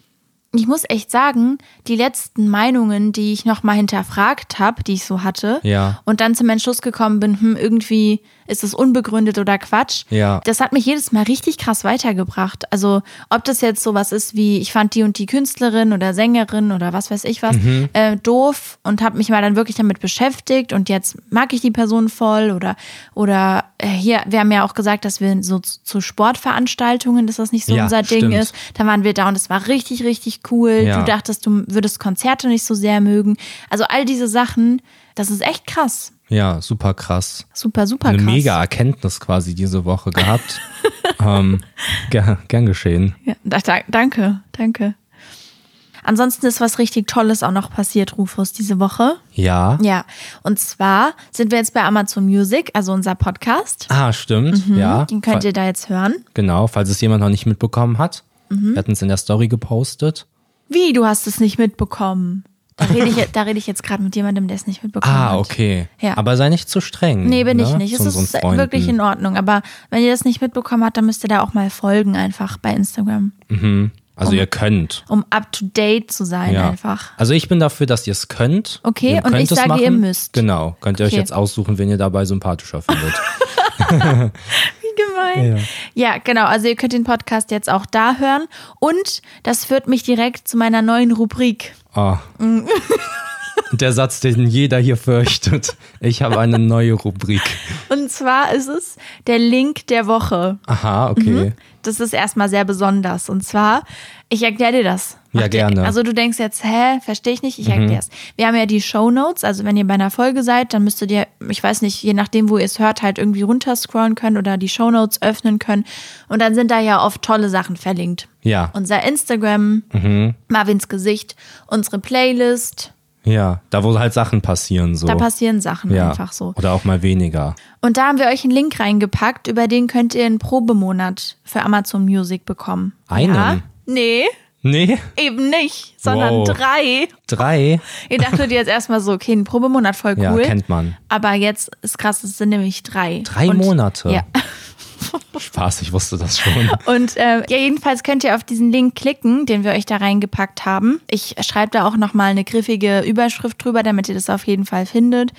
B: ich muss echt sagen, die letzten Meinungen, die ich nochmal hinterfragt habe, die ich so hatte,
A: Ja.
B: und dann zum Entschluss gekommen bin, hm, irgendwie ist es unbegründet oder Quatsch,
A: Ja.
B: das hat mich jedes Mal richtig krass weitergebracht. Also, ob das jetzt sowas ist wie, ich fand die und die Künstlerin oder Sängerin oder was weiß ich was
A: Mhm.
B: äh, doof und habe mich mal dann wirklich damit beschäftigt und jetzt mag ich die Person voll oder, oder äh, hier, wir haben ja auch gesagt, dass wir so zu, zu Sportveranstaltungen, dass das nicht so
A: Ja,
B: unser Ding
A: stimmt.
B: ist. Dann waren wir da und es war richtig, richtig cool.
A: Ja.
B: Du dachtest, du würdest Konzerte nicht so sehr mögen. Also, all diese Sachen, das ist echt krass.
A: Ja, super krass.
B: Super, super
A: Eine
B: krass.
A: mega Erkenntnis quasi diese Woche gehabt. ähm, ger gern geschehen.
B: Ja, da, da, danke, danke. Ansonsten ist was richtig Tolles auch noch passiert, Rufus, diese Woche.
A: Ja.
B: Ja, und zwar sind wir jetzt bei Amazon Music, also unser Podcast.
A: Ah, stimmt. Ja.
B: Mhm, Den könnt ihr Mhm. da jetzt hören.
A: genau, falls es jemand noch nicht mitbekommen hat. Wir hatten es in der Story gepostet.
B: Wie, du hast es nicht mitbekommen? Da rede ich, da rede ich jetzt gerade mit jemandem, der es nicht mitbekommen hat.
A: Ah, okay.
B: Ja.
A: Aber sei nicht zu streng.
B: Nee, bin
A: ne?
B: ich nicht.
A: Zu
B: Es ist
A: unseren Freunden.
B: wirklich in Ordnung. Aber wenn ihr das nicht mitbekommen habt, dann müsst ihr da auch mal folgen, einfach bei Instagram,
A: Also ihr könnt.
B: um up to date zu sein,
A: Ja.
B: einfach.
A: Also ich bin dafür, dass ihr es könnt.
B: Okay,
A: ihr
B: und
A: könnt
B: ich
A: es
B: sage,
A: machen.
B: ihr müsst.
A: Genau, könnt ihr euch
B: Okay.
A: jetzt aussuchen, wen ihr dabei sympathischer findet.
B: gemein. Ja. genau. Also ihr könnt den Podcast jetzt auch da hören. Und das führt mich direkt zu meiner neuen Rubrik.
A: Oh.
B: Mm.
A: Der Satz, den jeder hier fürchtet. Ich habe eine neue Rubrik.
B: Und zwar ist es der Link der Woche.
A: Aha, okay.
B: Das ist erstmal sehr besonders. Und zwar, ich erkläre dir das.
A: Ja,
B: Mach dir-
A: gerne. Mhm.
B: Also du denkst jetzt, hä, verstehe ich nicht, ich erkläre es. Wir haben ja die Show Notes, also wenn ihr bei einer Folge seid, dann müsstet ihr, ich weiß nicht, je nachdem, wo ihr es hört, halt irgendwie runterscrollen können oder die Show Notes öffnen können. Und dann sind da ja oft tolle Sachen verlinkt.
A: Ja,
B: Unser Instagram,
A: Mhm.
B: Marvins Gesicht, unsere Playlist.
A: ja. Da, wo halt Sachen passieren so.
B: Da passieren Sachen
A: ja.
B: einfach so.
A: Oder auch mal weniger.
B: Und da haben wir euch einen Link reingepackt, über den könnt ihr einen Probemonat für Amazon Music bekommen.
A: Einen?
B: Ja? Nee,
A: Nee,
B: eben nicht, sondern
A: Wow.
B: drei.
A: drei.
B: Ihr dachtet jetzt erstmal so, okay, ein Probemonat voll
A: Ja,
B: cool.
A: kennt man.
B: aber jetzt ist krass, es sind nämlich drei.
A: Drei
B: Und-
A: Monate.
B: Ja.
A: Spaß, ich wusste das schon.
B: Und äh, ja, jedenfalls könnt ihr auf diesen Link klicken, den wir euch da reingepackt haben. Ich
A: Mhm.
B: schreibe da auch nochmal eine griffige Überschrift drüber, damit ihr das auf jeden Fall findet.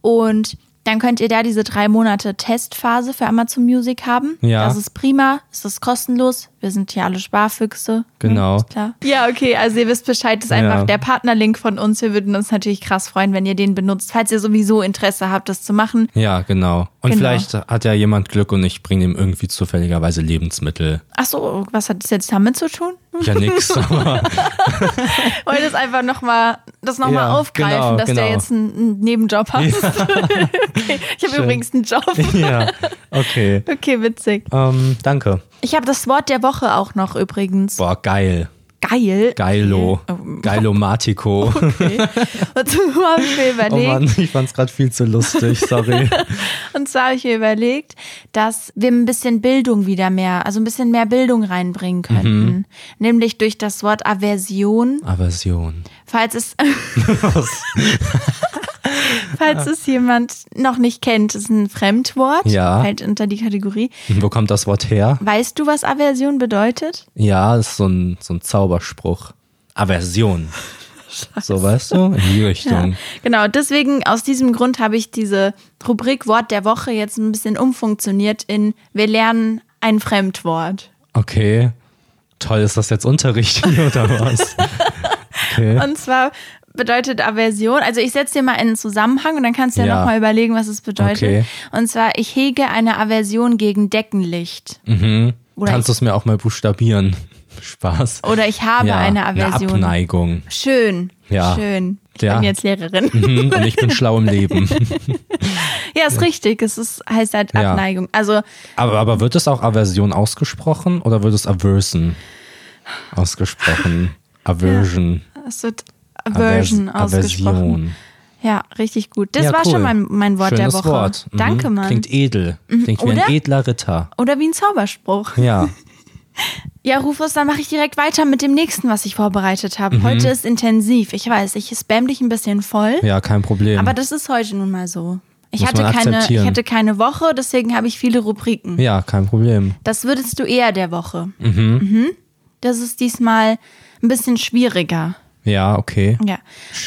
B: Und Dann könnt ihr da diese drei Monate Testphase für Amazon Music haben.
A: Ja.
B: Das ist prima, es ist kostenlos. Wir sind hier alle Sparfüchse.
A: Genau.
B: Ne? Ist Klar. Ja, okay, also ihr wisst Bescheid, das ist einfach
A: Ja.
B: der Partnerlink von uns. Wir würden uns natürlich krass freuen, wenn ihr den benutzt, falls ihr sowieso Interesse habt, das zu machen.
A: Ja, genau. Und
B: Genau.
A: vielleicht hat ja jemand Glück und ich bringe ihm irgendwie zufälligerweise Lebensmittel.
B: Ach so, was hat das jetzt damit zu tun?
A: Ja, nix. aber-
B: Wollt ihr das einfach nochmal noch mal
A: Ja,
B: aufgreifen,
A: genau,
B: dass der
A: genau.
B: jetzt einen, einen Nebenjob hat? okay. Ich habe
A: Schön.
B: übrigens einen Job.
A: ja, okay.
B: Okay, witzig.
A: Ähm, danke.
B: Ich habe das Wort der Woche auch noch übrigens.
A: Boah, geil.
B: Geil.
A: Geilo.
B: Oh.
A: Geilomatico.
B: Und so habe ich mir
A: Oh
B: überlegt,
A: Mann, ich fand's gerade viel zu lustig, sorry.
B: und zwar habe ich mir überlegt, dass wir ein bisschen Bildung wieder mehr, also ein bisschen mehr Bildung
A: Mhm.
B: reinbringen könnten. Nämlich durch das Wort Aversion.
A: Aversion.
B: Falls es, falls es jemand noch nicht kennt, ist ein Fremdwort.
A: Ja.
B: Fällt unter die Kategorie.
A: Wo kommt das Wort her?
B: Weißt du, was Aversion bedeutet?
A: Ja, ist so ein, so ein Zauberspruch. Aversion. So weißt du? In die Richtung.
B: Genau, deswegen, aus diesem Grund habe ich diese Rubrik Wort der Woche jetzt ein bisschen umfunktioniert in Wir lernen ein Fremdwort.
A: Okay. Toll, ist das jetzt Unterricht hier oder was? Okay.
B: Und zwar bedeutet Aversion, also ich setze dir mal in einen Zusammenhang und dann kannst du ja,
A: Ja.
B: nochmal überlegen, was es bedeutet.
A: Okay.
B: Und zwar, ich hege eine Aversion gegen Deckenlicht. Oder
A: Mhm. Kannst du es mir auch mal buchstabieren? Spaß.
B: Oder ich habe
A: ja,
B: eine
A: Eine
B: Aversion.
A: Abneigung.
B: Schön,
A: Ja.
B: schön. Ich
A: Ja.
B: bin jetzt Lehrerin.
A: Mhm, Und ich bin schlau im Leben.
B: Ja, ist richtig. Es ist, heißt halt
A: Ja.
B: Abneigung. Also
A: Aber, aber wird es auch Aversion ausgesprochen oder wird es Aversion ausgesprochen? Aversion.
B: es wird Aversion
A: Avers-
B: ausgesprochen. Ja, richtig gut. Das
A: Ja,
B: war
A: cool.
B: schon mein, mein Wort
A: Schönes
B: der Woche.
A: Wort. Mhm.
B: Danke, Mann. Mhm.
A: Klingt edel. Klingt wie
B: oder?
A: ein edler Ritter.
B: Oder wie ein Zauberspruch.
A: Ja.
B: Ja, Rufus, dann mache ich direkt weiter mit dem nächsten, was ich vorbereitet
A: Mhm.
B: habe. Heute ist intensiv. Ich weiß, ich spam dich ein bisschen voll,
A: Ja, kein Problem.
B: aber das ist heute nun mal so. Ich
A: Muss
B: hatte,
A: man
B: keine, ich
A: akzeptieren.
B: hatte keine Woche, deswegen habe ich viele Rubriken.
A: ja, kein Problem.
B: Das würdest du eher der Woche. Mhm. Das ist diesmal ein bisschen schwieriger.
A: Ja, okay.
B: Ja.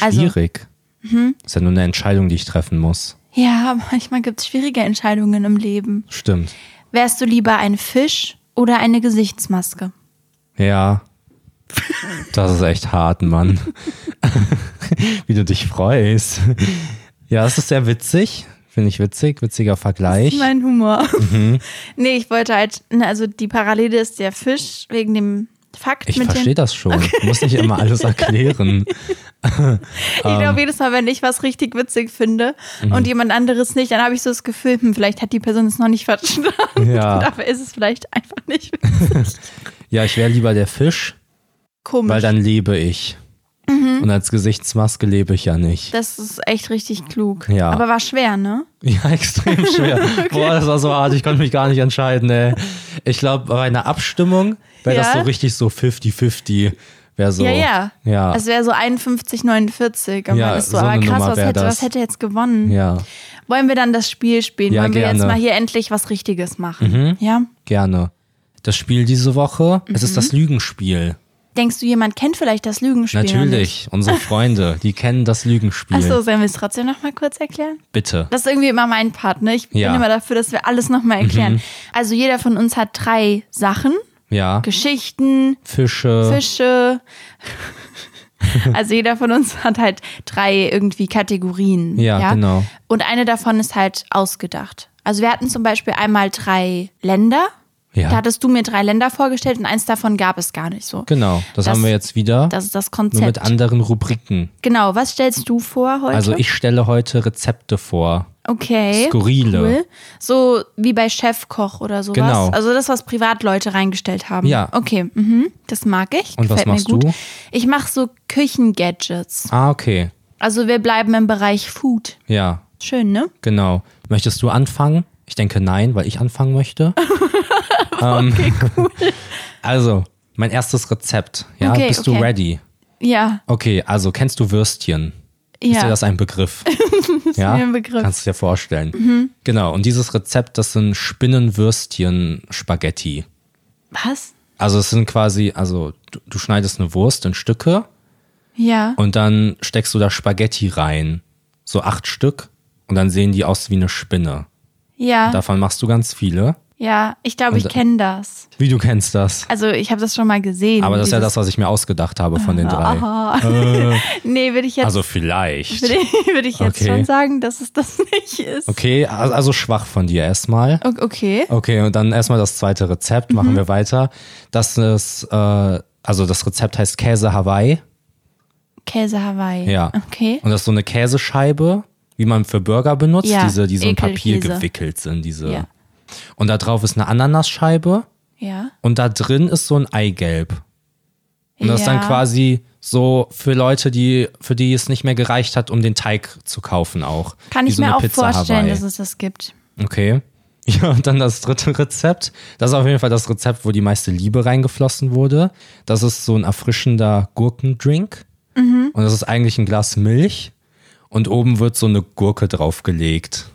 B: Also,
A: Schwierig. Ist ja nur eine Entscheidung, die ich treffen muss.
B: ja, manchmal gibt es schwierige Entscheidungen im Leben.
A: Stimmt.
B: Wärst du lieber ein Fisch oder eine Gesichtsmaske?
A: Ja. Das ist echt hart, Mann. Wie du dich freust. Ja, es ist sehr witzig. Finde ich witzig. Witziger Vergleich.
B: Mein Humor.
A: Mhm.
B: nee, ich wollte halt, ne, also die Parallele ist der Fisch wegen dem Fakt
A: Ich
B: mit
A: verstehe
B: dem.
A: das schon. Du musst nicht immer alles erklären.
B: Ich
A: ähm,
B: glaube, jedes Mal, wenn ich was richtig witzig finde
A: Mhm.
B: und jemand anderes nicht, dann habe ich so das Gefühl, hm, vielleicht hat die Person es noch nicht verstanden.
A: Ja.
B: Dabei ist es vielleicht einfach nicht
A: Ja, ich wäre lieber der Fisch, weil
B: komisch.
A: dann lebe ich.
B: Mhm.
A: Und als Gesichtsmaske lebe ich ja nicht.
B: Das ist echt richtig klug.
A: Ja.
B: Aber war schwer, ne?
A: Ja, extrem schwer. Boah, das war so hart, ich konnte mich gar nicht entscheiden, ey. Ich glaube, bei einer Abstimmung wäre das
B: Ja?
A: so richtig so 50-50. Wäre so.
B: Ja, ja. Also
A: Ja.
B: Es wäre so 51, 49. Und
A: Ja,
B: man ist so,
A: so
B: aber
A: eine
B: krass,
A: Nummer
B: was
A: wär
B: hätte,
A: das.
B: was hätte jetzt gewonnen?
A: ja,
B: Wollen wir dann das Spiel spielen?
A: Ja,
B: Wollen wir jetzt
A: gerne. Mhm.
B: mal hier endlich was Richtiges machen? Ja?
A: gerne. Das Spiel diese Woche, es ist
B: Mhm.
A: das Lügenspiel.
B: Denkst du, jemand kennt vielleicht das Lügenspiel? noch nicht?
A: Natürlich, unsere Freunde, die kennen das Lügenspiel.
B: Ach so, sollen wir es trotzdem nochmal kurz erklären?
A: Bitte.
B: Das ist irgendwie immer mein Part, ne? Ich
A: Ja. Mhm.
B: bin immer dafür, dass wir alles nochmal erklären. Also jeder von uns hat drei Sachen.
A: Ja.
B: Geschichten,
A: Fische.
B: Fische. Also jeder von uns hat halt drei irgendwie Kategorien.
A: Ja, genau.
B: Und eine davon ist halt ausgedacht. Also wir hatten zum Beispiel einmal drei Länder.
A: Ja.
B: Da hattest du mir drei Länder vorgestellt und eins davon gab es gar nicht so.
A: Genau, das,
B: Das-
A: haben wir jetzt wieder.
B: Das ist das
A: nur mit
B: Konzept.
A: anderen Rubriken.
B: Genau, was stellst du vor heute?
A: Also ich stelle heute Rezepte vor.
B: Okay.
A: Skurrile.
B: Cool. So wie bei Chefkoch oder sowas.
A: Genau.
B: Also das, was Privatleute reingestellt haben.
A: Ja.
B: Okay, mhm. das mag ich.
A: Und was
B: Gefällt
A: machst
B: mir gut.
A: du?
B: Ich mache so Küchengadgets.
A: Ah, okay.
B: Also wir bleiben im Bereich Food.
A: Ja,
B: Schön, ne?
A: genau. Möchtest du anfangen? Ich denke nein, weil ich anfangen möchte. okay, cool. Also, mein erstes Rezept. Ja,
B: Okay,
A: bist
B: okay.
A: du ready?
B: Ja,
A: Okay, also kennst du Würstchen? Ist dir
B: ja.
A: das ein Begriff? ja,
B: mir ein Begriff. Mhm.
A: kannst du dir vorstellen. Genau, und dieses Rezept, das sind Spinnenwürstchen-Spaghetti.
B: Was?
A: Also es sind quasi, also du, du schneidest eine Wurst in Stücke
B: Ja.
A: und dann steckst du da Spaghetti rein. So acht Stück. Und dann sehen die aus wie eine Spinne.
B: Ja,
A: Davon machst du ganz viele.
B: ja. Ich glaube, ich
A: Und-
B: kenne das.
A: Wie du kennst das.
B: Also ich habe das schon mal gesehen.
A: Aber das ist ja das,
B: dieses-
A: was ich mir ausgedacht habe von den drei.
B: Aha. nee, würde ich jetzt,
A: Also vielleicht.
B: würde ich, würde ich jetzt
A: Okay.
B: schon sagen, dass es das nicht ist.
A: Okay, al- also schwach von dir erstmal.
B: O- Okay.
A: Okay, und dann erstmal das zweite Rezept. Machen
B: Mhm.
A: wir weiter. Das ist, äh, also das Rezept heißt Käse Hawaii.
B: Käse Hawaii.
A: Ja.
B: Okay.
A: Und das ist so eine Käsescheibe, wie man für Burger benutzt,
B: Ja,
A: diese, die so in Papier
B: Ekelkäse.
A: gewickelt sind. Diese.
B: Ja.
A: Und da drauf ist eine Ananasscheibe
B: Ja.
A: und da drin ist so ein Eigelb. Und das ist dann
B: Ja.
A: quasi so für Leute, die, für die es nicht mehr gereicht hat, um den Teig zu kaufen auch.
B: Kann
A: Wie
B: ich
A: so
B: mir
A: eine
B: auch
A: Pizza
B: vorstellen,
A: Hawaii.
B: dass es das gibt.
A: Okay. Ja, und dann das dritte Rezept. Das ist auf jeden Fall das Rezept, wo die meiste Liebe reingeflossen wurde. Das ist so ein erfrischender Gurkendrink.
B: Mhm.
A: Und das ist eigentlich ein Glas Milch. Und oben wird so eine Gurke draufgelegt.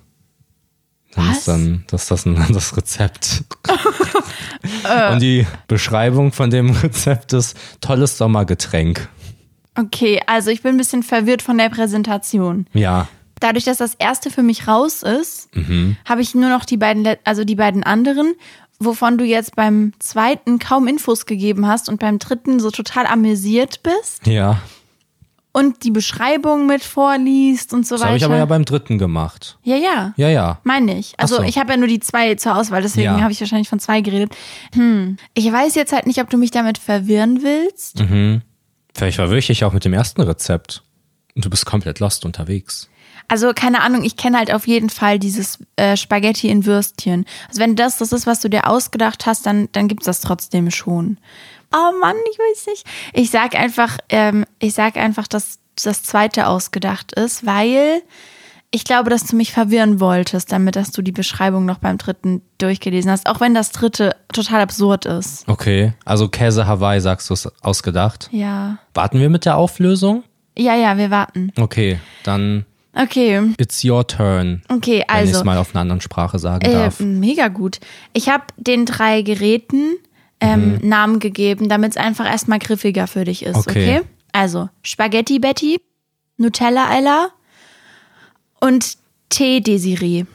A: Dann
B: Was?
A: Ist dann, das ist das, ein, das Rezept.
B: Äh.
A: und die Beschreibung von dem Rezept ist tolles Sommergetränk.
B: Okay, also ich bin ein bisschen verwirrt von der Präsentation.
A: Ja.
B: Dadurch, dass das erste für mich raus ist,
A: Mhm.
B: habe ich nur noch die beiden, let- also die beiden anderen, wovon du jetzt beim zweiten kaum Infos gegeben hast und beim dritten so total amüsiert bist
A: Ja.
B: und die Beschreibung mit vorliest und so
A: Das
B: weiter.
A: habe ich aber ja beim dritten gemacht.
B: ja, ja.
A: Ja, ja.
B: Meine ich. Also
A: so.
B: ich habe ja nur die zwei zur Auswahl, deswegen
A: Ja.
B: habe ich wahrscheinlich von zwei geredet. Hm. Ich weiß jetzt halt nicht, ob du mich damit verwirren willst.
A: Vielleicht verwirre ich dich auch mit dem ersten Rezept. Und du bist komplett lost unterwegs.
B: Also keine Ahnung, ich kenne halt auf jeden Fall dieses äh, Spaghetti in Würstchen. Also wenn das das ist, was du dir ausgedacht hast, dann, dann gibt's das trotzdem schon. Oh Mann, ich weiß nicht. Ich sag einfach, ähm, ich sag einfach, dass das zweite ausgedacht ist, weil ich glaube, dass du mich verwirren wolltest, damit dass du die Beschreibung noch beim dritten durchgelesen hast, auch wenn das dritte total absurd ist.
A: Okay, also Käse Hawaii sagst du es ausgedacht.
B: Ja.
A: Warten wir mit der Auflösung?
B: Ja, ja, wir warten.
A: Okay, dann
B: Okay.
A: it's your turn.
B: Okay,
A: Wenn ich
B: also.
A: es mal auf einer anderen Sprache sagen
B: Äh,
A: darf.
B: mega gut. Ich habe den drei Geräten ähm,
A: Mhm.
B: Namen gegeben, damit es einfach erstmal griffiger für dich ist, okay?
A: Okay.
B: Also Spaghetti Betty, Nutella Ella und Tee Desiree.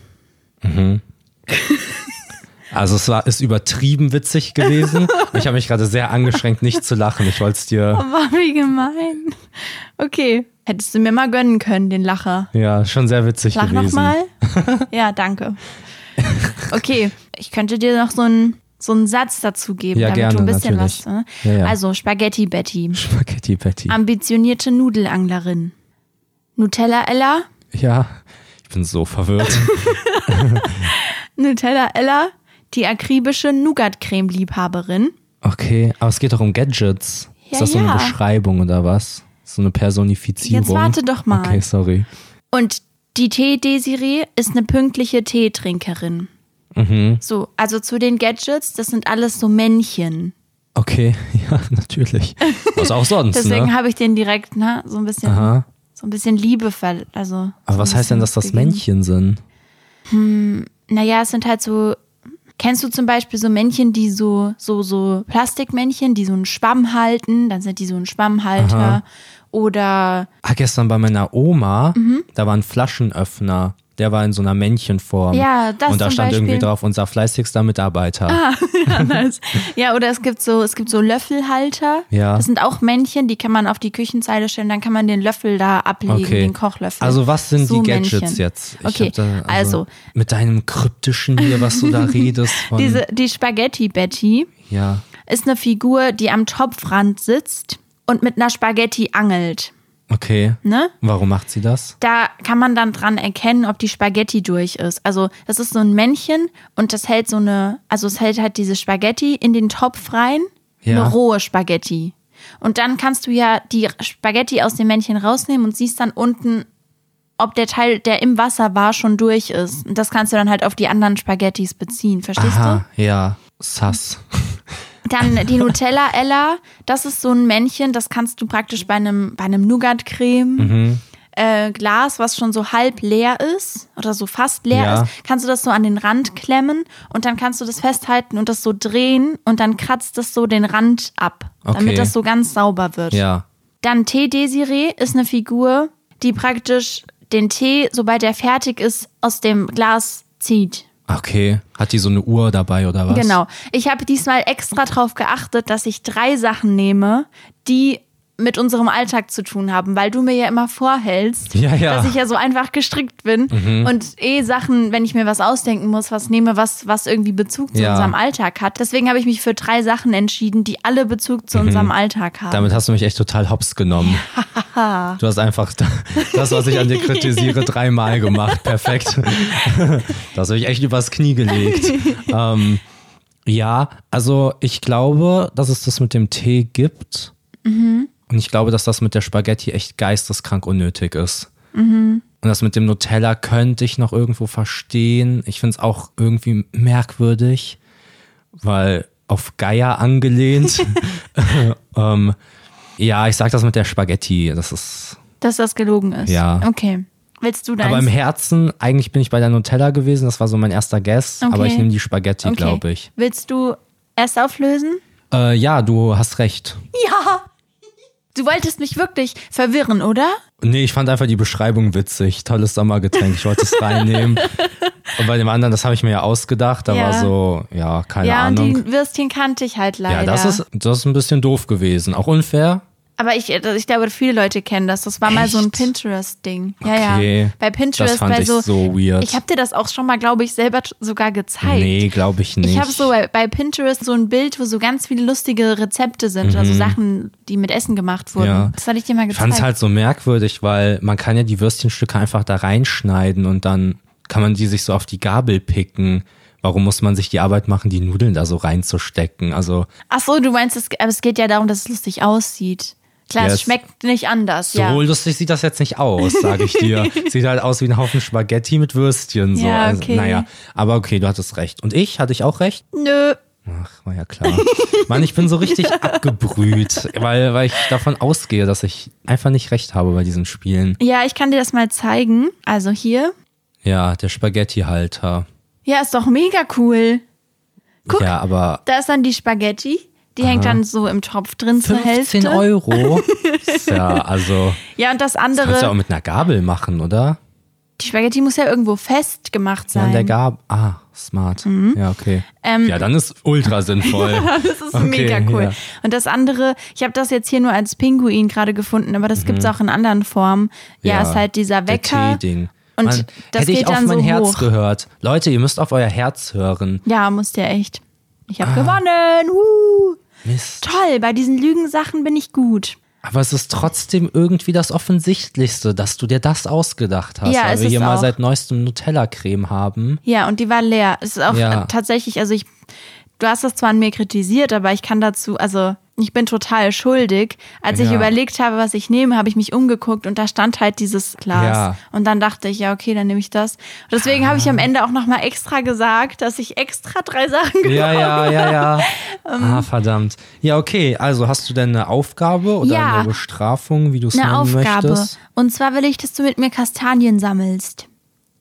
A: Also es war, ist übertrieben witzig gewesen. ich habe mich gerade sehr angeschränkt, nicht zu lachen. Ich wollte es dir
B: Oh, War wie gemein. Okay. Hättest du mir mal gönnen können, den Lacher.
A: ja schon sehr witzig
B: Lach
A: gewesen.
B: nochmal. Ja, danke. Okay, ich könnte dir noch so einen so einen Satz dazu geben,
A: Ja,
B: damit du ein
A: gerne,
B: bisschen
A: natürlich.
B: was. Ne?
A: Ja, ja.
B: Also Spaghetti Betty.
A: Spaghetti Patty.
B: Ambitionierte Nudelanglerin. Nutella Ella,
A: ja, ich bin so verwirrt.
B: Nutella Ella, die akribische Nougat-Creme-Liebhaberin.
A: Okay, aber es geht doch um Gadgets.
B: Ja,
A: ist das so eine
B: ja.
A: Beschreibung oder was? So eine Personifizierung?
B: Jetzt warte doch mal.
A: Okay, sorry.
B: Und die Tee-Desiree ist eine pünktliche Teetrinkerin.
A: Mhm.
B: So, also zu den Gadgets, das sind alles so Männchen.
A: Okay, ja, natürlich. Was auch sonst,
B: Deswegen
A: ne?
B: habe ich den direkt, ne, so ein bisschen,
A: Aha.
B: so ein bisschen Liebe ver also.
A: Aber was heißt denn, dass das
B: Männchen?
A: Männchen sind?
B: Naja, es sind halt so. Kennst du zum Beispiel so Männchen, die so, so, so Plastikmännchen, die so einen Schwamm halten? Dann sind die so ein Schwammhalter. Oder.
A: Ah, gestern bei meiner Oma,
B: Mhm.
A: da war ein Flaschenöffner. Der war in so einer Männchenform.
B: Ja, das
A: Und da
B: zum
A: stand irgendwie
B: Beispiel. Ah,
A: drauf, unser fleißigster Mitarbeiter.
B: Ja, oder es gibt so, es gibt so Löffelhalter.
A: Ja.
B: Das sind auch Männchen, die kann man auf die Küchenzeile stellen, dann kann man den Löffel da ablegen,
A: Okay.
B: den Kochlöffel.
A: Also was sind
B: So
A: die Gadgets
B: Männchen.
A: jetzt? Ich
B: okay,
A: hab da-
B: also,
A: Mit deinem kryptischen hier, was du da redest. Von,
B: diese, die Spaghetti Betty
A: ja.
B: ist eine Figur, die am Topfrand sitzt und mit einer Spaghetti angelt.
A: Okay.
B: Ne?
A: Warum macht sie das?
B: da kann man dann dran erkennen, ob die Spaghetti durch ist. Also das ist so ein Männchen und das hält so eine, also es hält halt diese Spaghetti in den Topf rein,
A: Ja.
B: eine rohe Spaghetti. Und dann kannst du ja die Spaghetti aus dem Männchen rausnehmen und siehst dann unten, ob der Teil, der im Wasser war, schon durch ist. Und das kannst du dann halt auf die anderen Spaghettis beziehen, verstehst
A: Aha, ja. Sass.
B: du? Dann die Nutella Ella, das ist so ein Männchen, das kannst du praktisch bei einem, bei einem Nougat-Creme
A: Mhm.
B: äh, Glas, was schon so halb leer ist oder so fast leer
A: Ja.
B: ist, kannst du das so an den Rand klemmen und dann kannst du das festhalten und das so drehen und dann kratzt das so den Rand ab,
A: Okay.
B: damit das so ganz sauber wird.
A: Ja.
B: Dann T. Desiree ist eine Figur, die praktisch den Tee, sobald er fertig ist, aus dem Glas zieht.
A: Okay. Hat die so eine Uhr dabei oder was?
B: Genau. Ich habe diesmal extra darauf geachtet, dass ich drei Sachen nehme, die mit unserem Alltag zu tun haben, weil du mir ja immer vorhältst,
A: Ja, ja. Mhm.
B: dass ich ja so einfach gestrickt bin und eh Sachen, wenn ich mir was ausdenken muss, was nehme, was, was irgendwie Bezug zu
A: Ja.
B: unserem Alltag hat. Deswegen habe ich mich für drei Sachen entschieden, die alle Bezug zu unserem Alltag haben.
A: Mhm. Damit hast du mich echt total hops genommen. Du hast einfach da- das, was ich an dir kritisiere, dreimal gemacht. Perfekt. Das habe ich echt übers Knie gelegt. Ähm, ja, also ich glaube, dass es das mit dem Tee gibt. Und ich glaube, dass das mit der Spaghetti echt geisteskrank unnötig ist. Und das mit dem Nutella könnte ich noch irgendwo verstehen. Ich finde es auch irgendwie merkwürdig, weil auf Geier angelehnt. ähm, ja, ich sag das mit der Spaghetti. Das ist.
B: Dass das gelogen ist.
A: Ja.
B: Okay. Willst du deins?
A: Aber im Herzen, eigentlich bin ich bei der Nutella gewesen. Das war so mein erster Guess.
B: Okay.
A: Aber ich nehme die Spaghetti, glaube ich.
B: Willst du erst auflösen?
A: Äh, ja, du hast recht.
B: Ja. Du wolltest mich wirklich verwirren, oder?
A: Nee, ich fand einfach die Beschreibung witzig. Tolles Sommergetränk. Ich wollte es reinnehmen. Und bei dem anderen, das habe ich mir ja ausgedacht. Da
B: Ja.
A: war so, ja, keine
B: ja,
A: Ahnung.
B: und die Würstchen kannte ich halt leider.
A: Ja, das ist, das ist ein bisschen doof gewesen. Auch unfair.
B: Aber ich, also ich glaube, viele Leute kennen das. Das war mal so ein
A: Echt?
B: Pinterest-Ding. Ja, ja.
A: Okay.
B: Bei Pinterest,
A: Das fand
B: bei
A: ich
B: so.
A: so weird.
B: Ich habe dir das auch schon mal, glaube ich, selber t- sogar gezeigt.
A: Nee, glaube ich nicht.
B: Ich habe so bei, bei Pinterest so ein Bild, wo so ganz viele lustige Rezepte sind, also Sachen, die mit Essen gemacht wurden.
A: Mhm. Ja.
B: Das hatte ich dir mal
A: Ich fand
B: gezeigt.
A: es halt so merkwürdig, weil man kann ja die Würstchenstücke einfach da reinschneiden und dann kann man die sich so auf die Gabel picken. Warum muss man sich die Arbeit machen, die Nudeln da so reinzustecken? Also
B: Ach so, du meinst, es, aber es geht ja darum, dass es lustig aussieht. Klar,
A: Ja,
B: es
A: es-
B: schmeckt nicht anders.
A: so
B: ja.
A: lustig sieht das jetzt nicht aus, sage ich dir. sieht halt aus wie ein Haufen Spaghetti mit Würstchen. So.
B: Ja,
A: Also,
B: okay.
A: naja, aber okay, du hattest recht. Und ich, hatte ich auch recht?
B: Nö.
A: Ach, war ja klar. Mann, ich bin so richtig abgebrüht, weil, weil ich davon ausgehe, dass ich einfach nicht recht habe bei diesen Spielen.
B: Ja, ich kann dir das mal zeigen. Also hier.
A: Ja, der Spaghettihalter.
B: Ja, ist doch mega cool. Guck.
A: Ja, aber
B: Da ist dann die Spaghetti. Die hängt dann so im Topf drin zur
A: 15
B: Hälfte.
A: Euro. ja, also
B: Ja, und das
A: kannst du auch
B: andere,
A: mit einer Gabel machen, oder?
B: die Spaghetti muss ja irgendwo festgemacht
A: An der
B: sein.
A: Gabel. Ah, smart.
B: Mhm.
A: Ja, okay.
B: Ähm,
A: ja, dann ist ultra sinnvoll.
B: das ist
A: Okay,
B: mega cool.
A: ja.
B: Und das andere, ich habe das jetzt hier nur als Pinguin gerade gefunden, aber das gibt's auch in anderen Formen. Ja, ist halt dieser
A: Mhm. der
B: Wecker.
A: Tee-Ding.
B: Und
A: Mann,
B: das
A: hätte ich
B: geht
A: auf
B: dann
A: mein
B: so
A: Herz
B: hoch.
A: gehört. Leute, ihr müsst auf euer Herz hören.
B: Ja, muss der echt. Ich
A: Ah.
B: habe gewonnen. Woo.
A: Mist.
B: Toll, bei diesen Lügensachen bin ich gut.
A: Aber es ist trotzdem irgendwie das Offensichtlichste, dass du dir das ausgedacht hast,
B: Ja,
A: weil
B: es
A: wir
B: ist
A: hier mal
B: auch.
A: seit neuestem Nutella-Creme haben.
B: Ja, und die war leer. Es ist auch
A: Ja.
B: äh, tatsächlich, also ich, du hast das zwar an mir kritisiert, aber ich kann dazu, also ich bin total schuldig. Als ich
A: Ja.
B: überlegt habe, was ich nehme, habe ich mich umgeguckt und da stand halt dieses Glas.
A: Ja.
B: Und dann dachte ich, ja, okay, dann nehme ich das. Und deswegen habe ich am Ende auch nochmal extra gesagt, dass ich extra drei Sachen genommen
A: Ja, ja, ja,
B: Ähm.
A: ja. ah, verdammt. Ja, okay. Also hast du denn eine Aufgabe oder
B: Ja.
A: eine Bestrafung, wie du es nennen
B: eine Aufgabe.
A: möchtest?
B: Und zwar will ich, dass du mit mir Kastanien sammelst.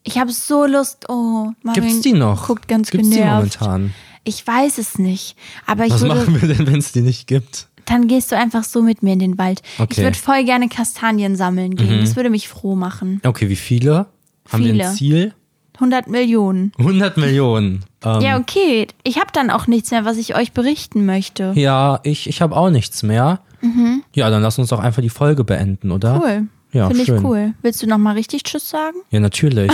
B: Ich habe so Lust. Oh, Marvin
A: Gibt's die noch?
B: Guckt ganz
A: Gibt's
B: genervt.
A: die momentan?
B: Ich weiß es nicht. Aber ich
A: Was
B: würde
A: machen wir denn, wenn es die nicht gibt?
B: dann gehst du einfach so mit mir in den Wald. Ich
A: Okay. Mhm.
B: würde voll gerne Kastanien sammeln gehen. Das würde mich froh machen.
A: Okay, wie viele? Haben wir
B: Viele.
A: ein Ziel?
B: 100 Millionen.
A: 100 Millionen. Ähm,
B: Ja, okay. Ich habe dann auch nichts mehr, was ich euch berichten möchte.
A: ja, ich, ich habe auch nichts mehr. Ja, dann lass uns doch einfach die Folge beenden, oder?
B: Mhm. Cool.
A: Ja,
B: Finde ich
A: schön.
B: cool. Willst du nochmal richtig Tschüss sagen?
A: Ja, natürlich.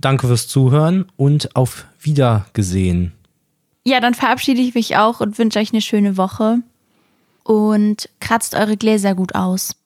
A: Danke fürs Zuhören und auf Wiedergesehen.
B: Ja, dann verabschiede ich mich auch und wünsche euch eine schöne Woche. Und kratzt eure Gläser gut aus.